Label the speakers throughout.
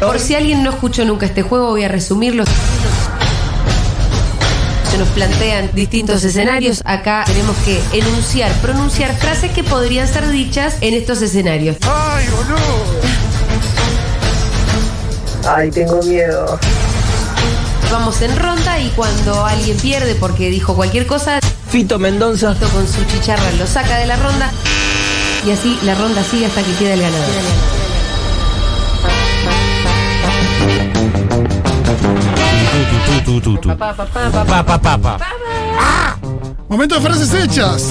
Speaker 1: Por si alguien no escuchó nunca este juego, voy a resumirlo. Se nos plantean distintos escenarios. Acá tenemos que enunciar, pronunciar frases que podrían ser dichas en estos escenarios.
Speaker 2: ¡Ay, boludo!
Speaker 3: Ay, tengo miedo.
Speaker 1: Vamos en ronda y cuando alguien pierde porque dijo cualquier cosa,
Speaker 4: Fito Mendoza.
Speaker 1: Fito con su chicharra lo saca de la ronda y así la ronda sigue hasta que queda el ganador.
Speaker 5: Tu, tu, tu, tu, tu.
Speaker 1: Pa, pa, pa, pa, pa.
Speaker 5: Pa, pa, pa, pa.
Speaker 2: Momento de frases hechas.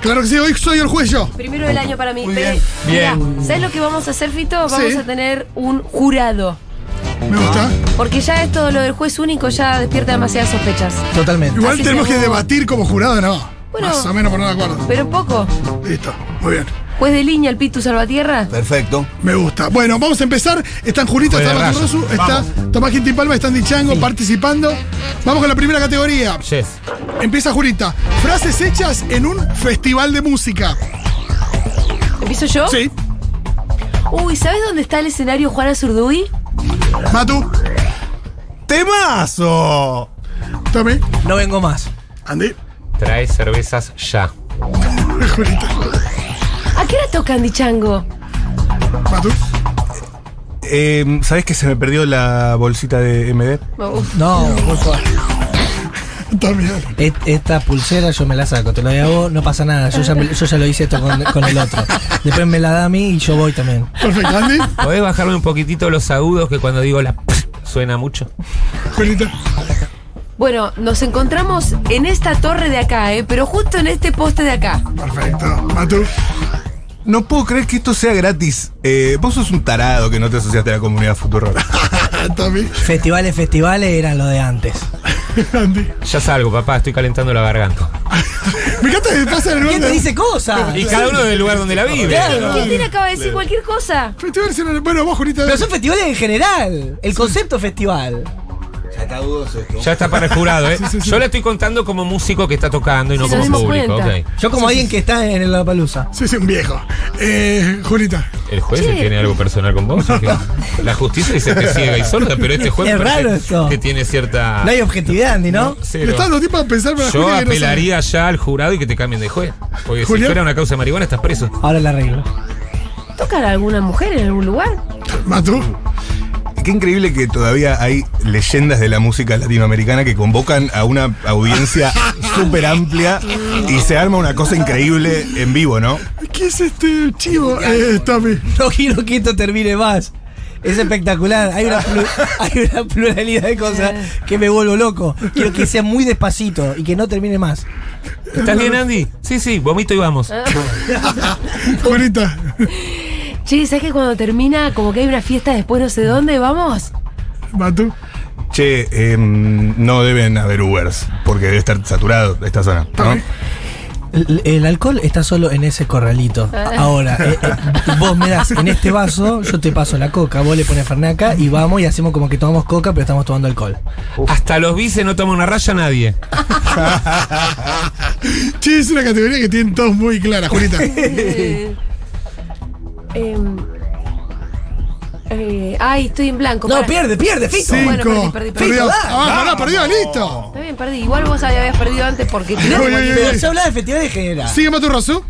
Speaker 2: Claro que sí, hoy soy el juez yo.
Speaker 1: Primero del año para mí.
Speaker 2: Muy
Speaker 1: Pe-
Speaker 2: bien.
Speaker 1: Mirá,
Speaker 5: Bien.
Speaker 1: ¿Sabes lo que vamos a hacer, Fito? Vamos
Speaker 2: Sí.
Speaker 1: a tener un jurado.
Speaker 2: Me gusta.
Speaker 1: Porque ya esto, lo del juez único, ya despierta demasiadas sospechas.
Speaker 4: Totalmente.
Speaker 2: Igual
Speaker 1: Así
Speaker 2: tenemos que
Speaker 1: seguro.
Speaker 2: debatir como jurado, ¿no?
Speaker 1: Bueno.
Speaker 2: Más o menos por no de acuerdo.
Speaker 1: Pero poco.
Speaker 2: Listo, muy bien.
Speaker 1: Juez de línea, el Pitu Salvatierra.
Speaker 6: Perfecto.
Speaker 2: Me gusta. Bueno, vamos a empezar. Están Julita,
Speaker 5: Juega
Speaker 2: está Mati
Speaker 5: rayo.
Speaker 2: Rosu, está Tomás Quintín Palma, están Dichango participando. Vamos con la primera categoría.
Speaker 5: Yes.
Speaker 2: Empieza Julita. Frases hechas en un festival de música.
Speaker 1: ¿Empiezo yo?
Speaker 2: Sí.
Speaker 1: Uy, ¿sabes dónde está el escenario Juana Zurduy?
Speaker 2: Matu,
Speaker 6: ¡Temazo!
Speaker 2: Tommy,
Speaker 4: No vengo más.
Speaker 2: Andy,
Speaker 5: Trae cervezas ya.
Speaker 2: Julita,
Speaker 1: ¿A qué hora tocan, Dichango?
Speaker 2: Matu.
Speaker 6: Eh, ¿Sabés que se me perdió la bolsita de MD?
Speaker 1: Uf,
Speaker 4: No, por favor.
Speaker 2: Tommy, dale.
Speaker 4: Et- Esta pulsera yo me la saco, te lo doy a vos, no pasa nada. Yo ya, me- yo ya lo hice esto con, con el otro. Después me la da a mí y yo voy también.
Speaker 2: Perfecto, Andy,
Speaker 5: ¿Podés bajarme un poquitito los agudos que cuando digo la p suena mucho?
Speaker 2: Julita.
Speaker 1: Bueno, nos encontramos en esta torre de acá, ¿eh? Pero justo en este poste de acá.
Speaker 2: Perfecto, Matu.
Speaker 6: No puedo creer que esto sea gratis. Eh, vos sos un tarado que no te asociaste a la comunidad Futurock.
Speaker 2: Tommy,
Speaker 4: Festivales, festivales eran lo de antes.
Speaker 2: Andy.
Speaker 5: Ya salgo, papá, estoy calentando la garganta.
Speaker 2: Me encanta que pasa en el
Speaker 4: ¿Quién
Speaker 2: lugar
Speaker 4: te
Speaker 2: de-
Speaker 4: dice cosas?
Speaker 5: Y cada uno del lugar donde la vive.
Speaker 4: Claro.
Speaker 1: ¿Quién acaba de decir cualquier cosa?
Speaker 2: Festivales en el- Bueno, vos, Julita.
Speaker 4: Pero son festivales en general. El concepto festival.
Speaker 6: Está dudoso esto.
Speaker 5: Ya está para el jurado, ¿eh? Yo la estoy contando como músico que está tocando y no
Speaker 1: Sí, nos
Speaker 5: como
Speaker 1: dimos
Speaker 5: público.
Speaker 1: cuenta.
Speaker 5: ok.
Speaker 4: Yo como alguien que está en la palusa.
Speaker 2: Sí, sí, un viejo. Eh, Julita.
Speaker 5: ¿El juez
Speaker 1: Sí.
Speaker 5: tiene algo personal con vos? ¿O qué? La justicia dice que es ciega y sorda, pero este juez
Speaker 4: Es
Speaker 5: parece
Speaker 4: raro esto.
Speaker 5: que tiene cierta...
Speaker 4: No hay objetividad, Andy, ¿no?
Speaker 2: Le
Speaker 5: cero.
Speaker 2: estás dando tiempo a pensar para
Speaker 5: Yo
Speaker 2: Julia que no sabe.
Speaker 5: apelaría ya al jurado y que te cambien de juez. Porque si
Speaker 2: Julián.
Speaker 5: fuera una causa de marihuana estás preso.
Speaker 4: Ahora la arreglo.
Speaker 1: ¿Tocan a alguna mujer en algún lugar?
Speaker 2: Matu.
Speaker 6: Qué increíble que todavía hay leyendas de la música latinoamericana que convocan a una audiencia súper amplia y se arma una cosa increíble en vivo, ¿no?
Speaker 2: ¿Qué es este chivo? Eh, Tommy.
Speaker 4: No quiero que esto termine más. Es espectacular. Hay una, plu- hay una pluralidad de cosas que me vuelvo loco. Quiero que sea muy despacito y que no termine más.
Speaker 5: ¿Estás bien, Andy? Sí, sí, vomito y vamos.
Speaker 2: Julita.
Speaker 1: Che, ¿sabes que cuando termina como que hay una fiesta después no sé dónde? ¿Vamos?
Speaker 2: Matu.
Speaker 6: Che, em, no deben haber Ubers, porque debe estar saturado esta zona, ¿no?
Speaker 4: El, el alcohol está solo en ese corralito. Ahora, eh, eh, vos me das en este vaso, yo te paso la coca, vos le pones fernaca y vamos y hacemos como que tomamos coca, pero estamos tomando alcohol.
Speaker 5: Hasta los vices no toma una raya nadie.
Speaker 2: Che, es una categoría que tienen todos muy clara, Julita.
Speaker 1: Eh, em, eh, ay, estoy en blanco.
Speaker 4: No,
Speaker 1: pará.
Speaker 4: pierde, pierde, Fito.
Speaker 1: Sí. bueno,
Speaker 2: Cinco.
Speaker 1: perdí, perdí, perdí.
Speaker 2: Perdió.
Speaker 4: Dale.
Speaker 2: Ah, pará, perdió, listo.
Speaker 1: Está bien, perdí. Igual vos habías perdido antes porque...
Speaker 2: Uy, uy, uy.
Speaker 4: Pero se habla de festival de general.
Speaker 2: Sigue Matu Rosu.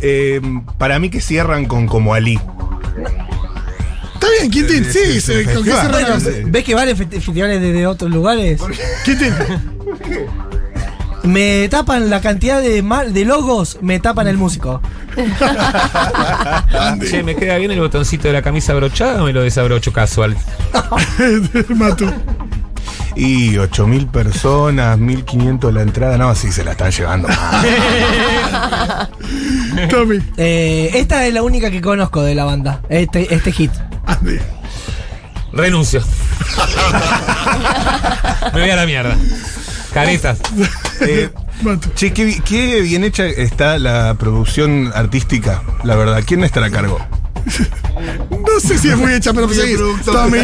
Speaker 6: Em, para mí que cierran con como Ali.
Speaker 2: Está bien, Quintín.
Speaker 6: Sí,
Speaker 2: Sí,
Speaker 6: sí,
Speaker 2: se,
Speaker 6: sí,
Speaker 2: con que se
Speaker 6: festival.
Speaker 2: relaja.
Speaker 6: Bueno,
Speaker 4: ¿Ves que van en festi- festivales de, de otros lugares?
Speaker 2: Quintín.
Speaker 4: Me tapan la cantidad de, ma- de logos, me tapan el músico.
Speaker 5: Che, ¿me queda bien el botoncito de la camisa abrochada o me lo desabrocho casual?
Speaker 2: Matu.
Speaker 6: Y 8.000 personas, 1.500 la entrada, no, sí, se la están llevando.
Speaker 2: Tommy.
Speaker 4: Eh, esta es la única que conozco de la banda, este, este hit.
Speaker 2: Andy.
Speaker 5: Renuncio. Me voy a la mierda. Caretas.
Speaker 6: Eh,
Speaker 2: Matu.
Speaker 6: Che, qué, bi- qué bien hecha está la producción artística, la verdad. ¿Quién estará a cargo?
Speaker 2: No sé si es muy hecha, pero seguís. Tommy.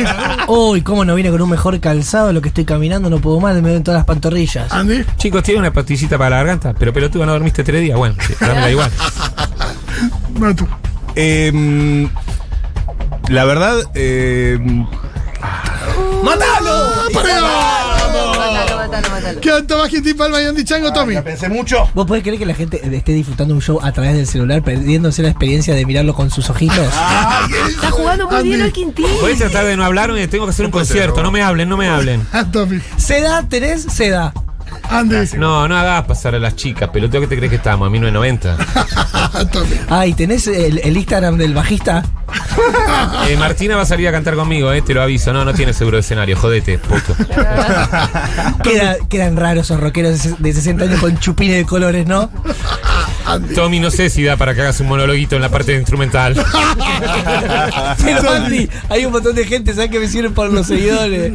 Speaker 4: Uy, cómo no viene con un mejor calzado, lo que estoy caminando, no puedo más, me ven todas las pantorrillas.
Speaker 2: Andy.
Speaker 5: Chicos, tiene una pastillita para la garganta, pero pelotudo, no dormiste tres días. Bueno, sí, dámela igual.
Speaker 2: Matu.
Speaker 6: Em, La verdad, eh,
Speaker 2: ¡Mátalo! ¡Para!
Speaker 1: Mátalo,
Speaker 5: Ah.
Speaker 1: mátalo, mátalo.
Speaker 2: ¿Qué onda, más Quintín Palma y Andy Chango, Tommy?
Speaker 6: pensé mucho.
Speaker 4: ¿Vos podés creer que la gente esté disfrutando un show a través del celular, perdiéndose la experiencia de mirarlo con sus ojitos?
Speaker 1: Está jugando muy bien hoy Quintín.
Speaker 5: Voy a tratar de no hablarme, tengo que hacer un
Speaker 6: puede ser,
Speaker 5: concierto.
Speaker 6: no.
Speaker 5: No me hablen, no me hablen.
Speaker 2: Ah, Tommy.
Speaker 4: ¿Seda tenés? Seda.
Speaker 2: Andy.
Speaker 5: No, no hagas pasar a las chicas, peloteo que te crees que estamos, a 1990.
Speaker 2: Ah, Tommy.
Speaker 4: Ay, ¿tenés el, el Instagram del bajista?
Speaker 5: Eh, Martina va a salir a cantar conmigo, eh, te lo aviso. No, no tiene seguro de escenario, jodete, puto.
Speaker 4: Queda- quedan raros esos rockeros de ses- de 60 años con chupines de colores, ¿no?
Speaker 5: Tommy, no sé si da para que hagas un monologuito en la parte instrumental.
Speaker 4: Pero Andy, hay un montón de gente, ¿sabes que me sirven por los seguidores?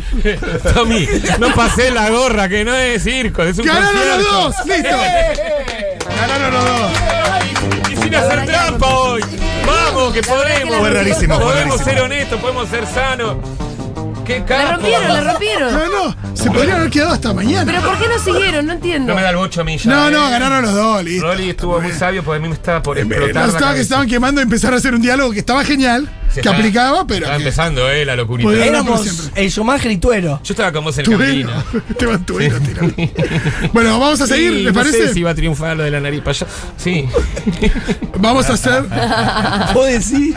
Speaker 5: Tommy, no pasé la gorra, que no es circo, es un
Speaker 2: ¡Ganaron los
Speaker 5: concierto.
Speaker 2: dos! ¡Listo! ¡Ganaron los dos!
Speaker 5: Y sin hacer trampa hoy. Vamos, que podemos.
Speaker 6: Fue rarísimo, fue
Speaker 5: Podemos
Speaker 6: rarísimo.
Speaker 5: ser honestos, podemos ser sanos. Qué
Speaker 1: La
Speaker 5: capo.
Speaker 1: rompieron, la rompieron.
Speaker 2: No, no, se podrían haber quedado hasta mañana.
Speaker 1: Pero ¿por qué no siguieron? No entiendo.
Speaker 5: No me da el bocho a mí ya.
Speaker 2: No, no,
Speaker 5: eh.
Speaker 2: ganaron los dos, listo.
Speaker 5: Rolly estuvo muy sabio porque a mí me estaba por explotar.
Speaker 2: Los
Speaker 5: la
Speaker 2: estaba que
Speaker 5: cabeza.
Speaker 2: estaban quemando empezaron a hacer un diálogo que estaba genial,
Speaker 5: Se
Speaker 2: que
Speaker 5: está-
Speaker 2: aplicaba, pero.
Speaker 5: Estaba
Speaker 2: que-
Speaker 5: empezando, eh, la locurita.
Speaker 2: Podía-
Speaker 4: Éramos el Schumacher y Tuero.
Speaker 5: Yo estaba con vos en el
Speaker 2: Tubero.
Speaker 5: camino.
Speaker 2: Esteban Tubero, tirado. Bueno, vamos a seguir,
Speaker 5: Sí,
Speaker 2: ¿les
Speaker 5: no
Speaker 2: parece?
Speaker 5: sé si va a triunfar lo de la nariz para allá. Sí.
Speaker 2: Vamos a hacer
Speaker 4: ¿Vos decís?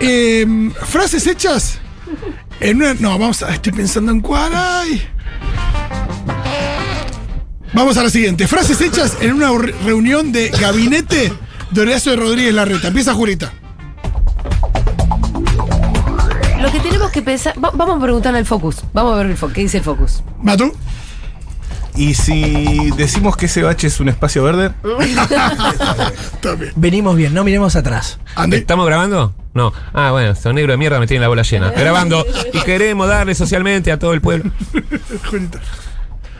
Speaker 2: eh, frases hechas. En una. No, vamos a. Estoy pensando en cuál. ay. Vamos a la siguiente. Frases hechas en una re- reunión de gabinete de Horacio Rodríguez Larreta. Empieza Jurita.
Speaker 1: Lo que tenemos que pensar. va- vamos a preguntarle al Focus. Vamos a ver el Focus. ¿Qué dice el Focus?
Speaker 2: Matú.
Speaker 6: Y si decimos que ese bache es un espacio verde,
Speaker 2: También.
Speaker 4: Venimos bien, no miremos atrás.
Speaker 2: Andy.
Speaker 5: ¿Estamos grabando? No. Ah, bueno, son negro de mierda, me tienen la bola llena. Grabando. Y queremos darle socialmente a todo el pueblo.
Speaker 2: Jurita.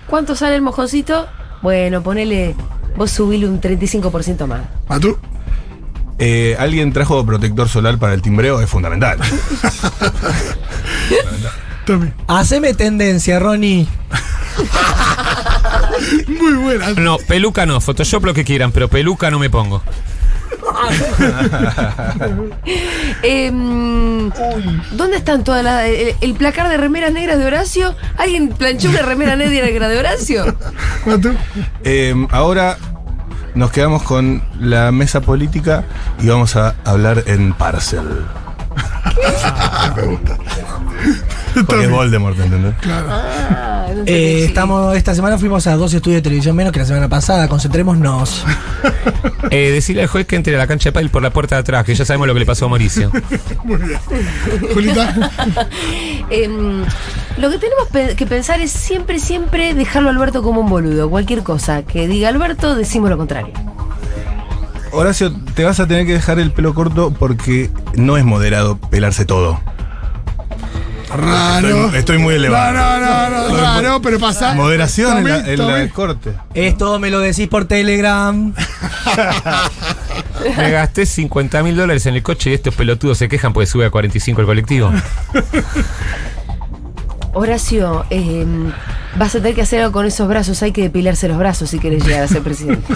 Speaker 1: ¿Cuánto sale el mojoncito? Bueno, ponele. Vos subile un 35% más.
Speaker 2: Matú.
Speaker 6: eh, alguien trajo protector solar para el timbreo, es fundamental.
Speaker 2: También.
Speaker 4: Haceme tendencia, Ronnie.
Speaker 2: Muy buena. Andy.
Speaker 5: No, peluca no, Photoshop lo que quieran, pero peluca no me pongo.
Speaker 1: Eh, mm, ¿Dónde están todas las. El, el placar de remeras negras de Horacio? ¿Alguien planchó una remera negra de Horacio?
Speaker 2: Matú.
Speaker 6: Eh, ahora nos quedamos con la mesa política y vamos a hablar en parcel. Porque es Voldemort, ¿entendés?
Speaker 1: Ah, no
Speaker 4: Eh,
Speaker 1: entendí.
Speaker 4: estamos, esta semana fuimos a dos estudios de televisión menos que la semana pasada. Concentrémonos.
Speaker 5: Eh, decirle al juez que entre a la cancha de pádel por la puerta de atrás, que ya sabemos lo que le pasó a Mauricio.
Speaker 2: Julita.
Speaker 1: Em, lo que tenemos pe- que pensar es siempre, siempre dejarlo a Alberto como un boludo. Cualquier cosa que diga Alberto, decimos lo contrario.
Speaker 6: Horacio, te vas a tener que dejar el pelo corto porque no es moderado pelarse todo.
Speaker 2: Raro.
Speaker 6: Estoy, este estoy muy
Speaker 2: Ah, No,
Speaker 6: elevado.
Speaker 2: no, no, no, raro, pero pasa.
Speaker 6: Moderación en la,
Speaker 2: Tommy,
Speaker 6: en la
Speaker 2: Tommy.
Speaker 6: corte.
Speaker 4: Esto me lo decís por Telegram.
Speaker 5: Me gasté 50 mil dólares en el coche y estos pelotudos se quejan porque sube a 45 el colectivo.
Speaker 1: Horacio, em, vas a tener que hacer algo con esos brazos. Hay que depilarse los brazos si querés llegar a ser presidente.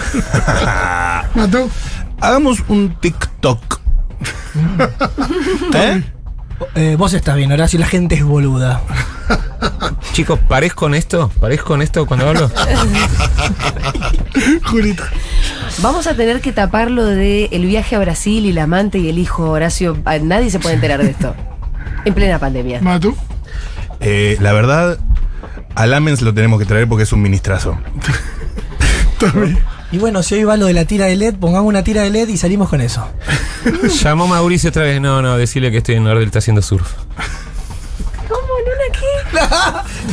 Speaker 2: Matú.
Speaker 6: Hagamos un TikTok. ¿Eh?
Speaker 4: Eh, vos estás bien, Horacio, la gente es boluda.
Speaker 5: Chicos, ¿parezco en esto? ¿Parezco en esto cuando hablo?
Speaker 2: Julita.
Speaker 1: Vamos a tener que taparlo de el viaje a Brasil y la amante y el hijo Horacio. Ah, Nadie se puede enterar de esto. En plena pandemia.
Speaker 2: Matú.
Speaker 6: Eh, la verdad, a Lamens lo tenemos que traer porque es un ministrazo.
Speaker 4: Y bueno, si hoy va lo de la tira de LED, pongamos una tira de LED y salimos con eso.
Speaker 5: Llamó Mauricio otra vez. No, no, decirle que estoy en Nordel, está haciendo surf.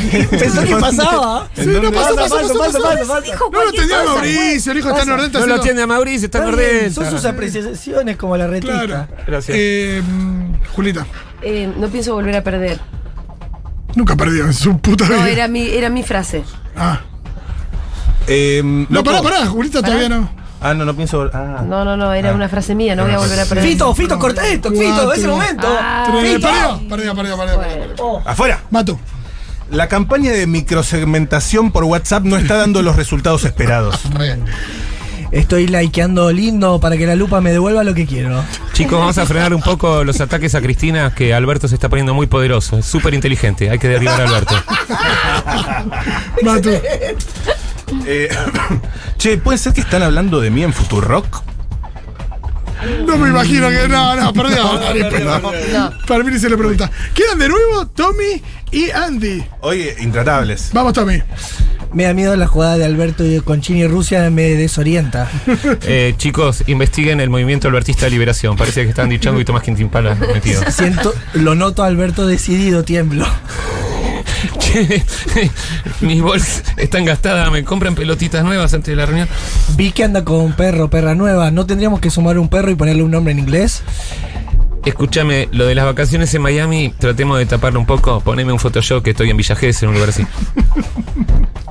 Speaker 4: Pensó que pasaba.
Speaker 6: E
Speaker 2: Sí, no pasó, pasó,
Speaker 4: Pasa, pasa,
Speaker 2: pasó, pasó.
Speaker 4: pasa, pasa, pasa.
Speaker 1: Dijo
Speaker 2: No lo
Speaker 1: cualquier
Speaker 2: tenía
Speaker 1: cosa.
Speaker 2: Mauricio, el hijo está en orden. está
Speaker 5: No lo
Speaker 2: haciendo-
Speaker 5: atiende a Mauricio, está en
Speaker 4: Está bien,
Speaker 5: Nordel.
Speaker 4: Son sus apreciaciones como la retita.
Speaker 2: Claro.
Speaker 5: Gracias.
Speaker 2: Eh, Julita.
Speaker 1: Eh, no pienso volver a perder.
Speaker 2: Nunca perdió en su puta
Speaker 1: No,
Speaker 2: vida.
Speaker 1: era mi, era mi frase.
Speaker 2: Ah.
Speaker 6: Eh,
Speaker 2: No,
Speaker 6: loco.
Speaker 2: pará, pará, Julita todavía no.
Speaker 6: Ah, no, no pienso. Ah.
Speaker 1: No, no, no, era una frase mía. No voy a volver a perder.
Speaker 4: Fito, Fito, corta esto, Fito, es el momento.
Speaker 1: Ah.
Speaker 2: Tres,
Speaker 4: Fito.
Speaker 2: Eh, Perdió, perdió, perdió, perdió, perdió. perdió.
Speaker 6: Afuera.
Speaker 2: Mato.
Speaker 6: La campaña de microsegmentación por WhatsApp no está dando los resultados esperados.
Speaker 2: Re.
Speaker 4: Estoy likeando lindo para que la lupa me devuelva lo que quiero.
Speaker 5: Chicos, vamos a frenar un poco los ataques a Cristina, que Alberto se está poniendo muy poderoso. Es súper inteligente. Hay que derribar a Alberto.
Speaker 2: Matu.
Speaker 6: Eh, che, ¿puede ser que están hablando de mí en Futurock?
Speaker 2: No me imagino que. No, pues, no, perdón. Para mí ni se le pregunta. Quedan de nuevo Tommy y Andy.
Speaker 6: Oye, intratables.
Speaker 2: Vamos, Tommy.
Speaker 4: Me da miedo la jugada de Alberto y de Conchini y Rusia, me desorienta.
Speaker 5: Eh, chicos, investiguen el movimiento albertista de liberación. Parece que están dichando y Tomás Quintín Pala metido.
Speaker 4: Siento, lo noto a Alberto decidido, tiemblo.
Speaker 5: Che, mis bolsas están gastadas. Me compran pelotitas nuevas antes de la reunión.
Speaker 4: Vi que anda con un perro, perra nueva. ¿No tendríamos que sumar un perro y ponerle un nombre en inglés?
Speaker 5: Escúchame, lo de las vacaciones en Miami, tratemos de taparlo un poco. Poneme un Photoshop que estoy en Villa Gesell, en un lugar así.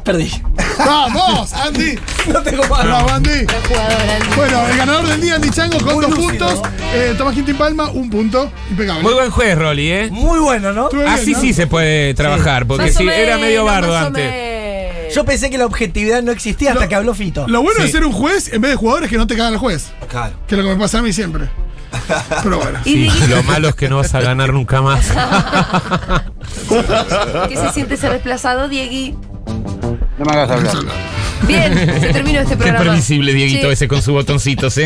Speaker 4: Perdí.
Speaker 2: ¡Vamos, Andy!
Speaker 4: No tengo
Speaker 2: ¡Bravo, Andy!
Speaker 1: Jugador Andy.
Speaker 2: Bueno, el ganador del día, Andy Chango, con
Speaker 4: Muy
Speaker 2: dos
Speaker 4: lúcido.
Speaker 2: puntos. Eh, Tomás Quintín Palma, un punto. Impecable.
Speaker 5: Muy buen juez, Rolly, ¿eh?
Speaker 4: Muy bueno, ¿no?
Speaker 2: Estuve bien,
Speaker 5: Así
Speaker 2: ¿no?
Speaker 5: sí se puede trabajar, porque
Speaker 1: Más o
Speaker 5: si era
Speaker 1: menos,
Speaker 5: medio bardo
Speaker 1: más o
Speaker 5: antes.
Speaker 1: menos.
Speaker 4: Yo pensé que la objetividad no existía hasta que habló Fito.
Speaker 2: Lo bueno de
Speaker 5: Sí.
Speaker 2: ser un juez en vez de jugador es que no te cagan el juez.
Speaker 6: Claro.
Speaker 2: Que es lo que me pasa a mí siempre. Pero bueno.
Speaker 1: Y
Speaker 5: Sí,
Speaker 1: de-
Speaker 5: lo malo es que no vas a ganar nunca más.
Speaker 1: ¿Qué se siente ser desplazado, Diegui?
Speaker 7: No me hagas hablar.
Speaker 1: Bien, se terminó este
Speaker 5: Qué
Speaker 1: programa.
Speaker 5: previsible, Dieguito,
Speaker 1: Sí.
Speaker 5: ese con sus botoncitos, ¿eh?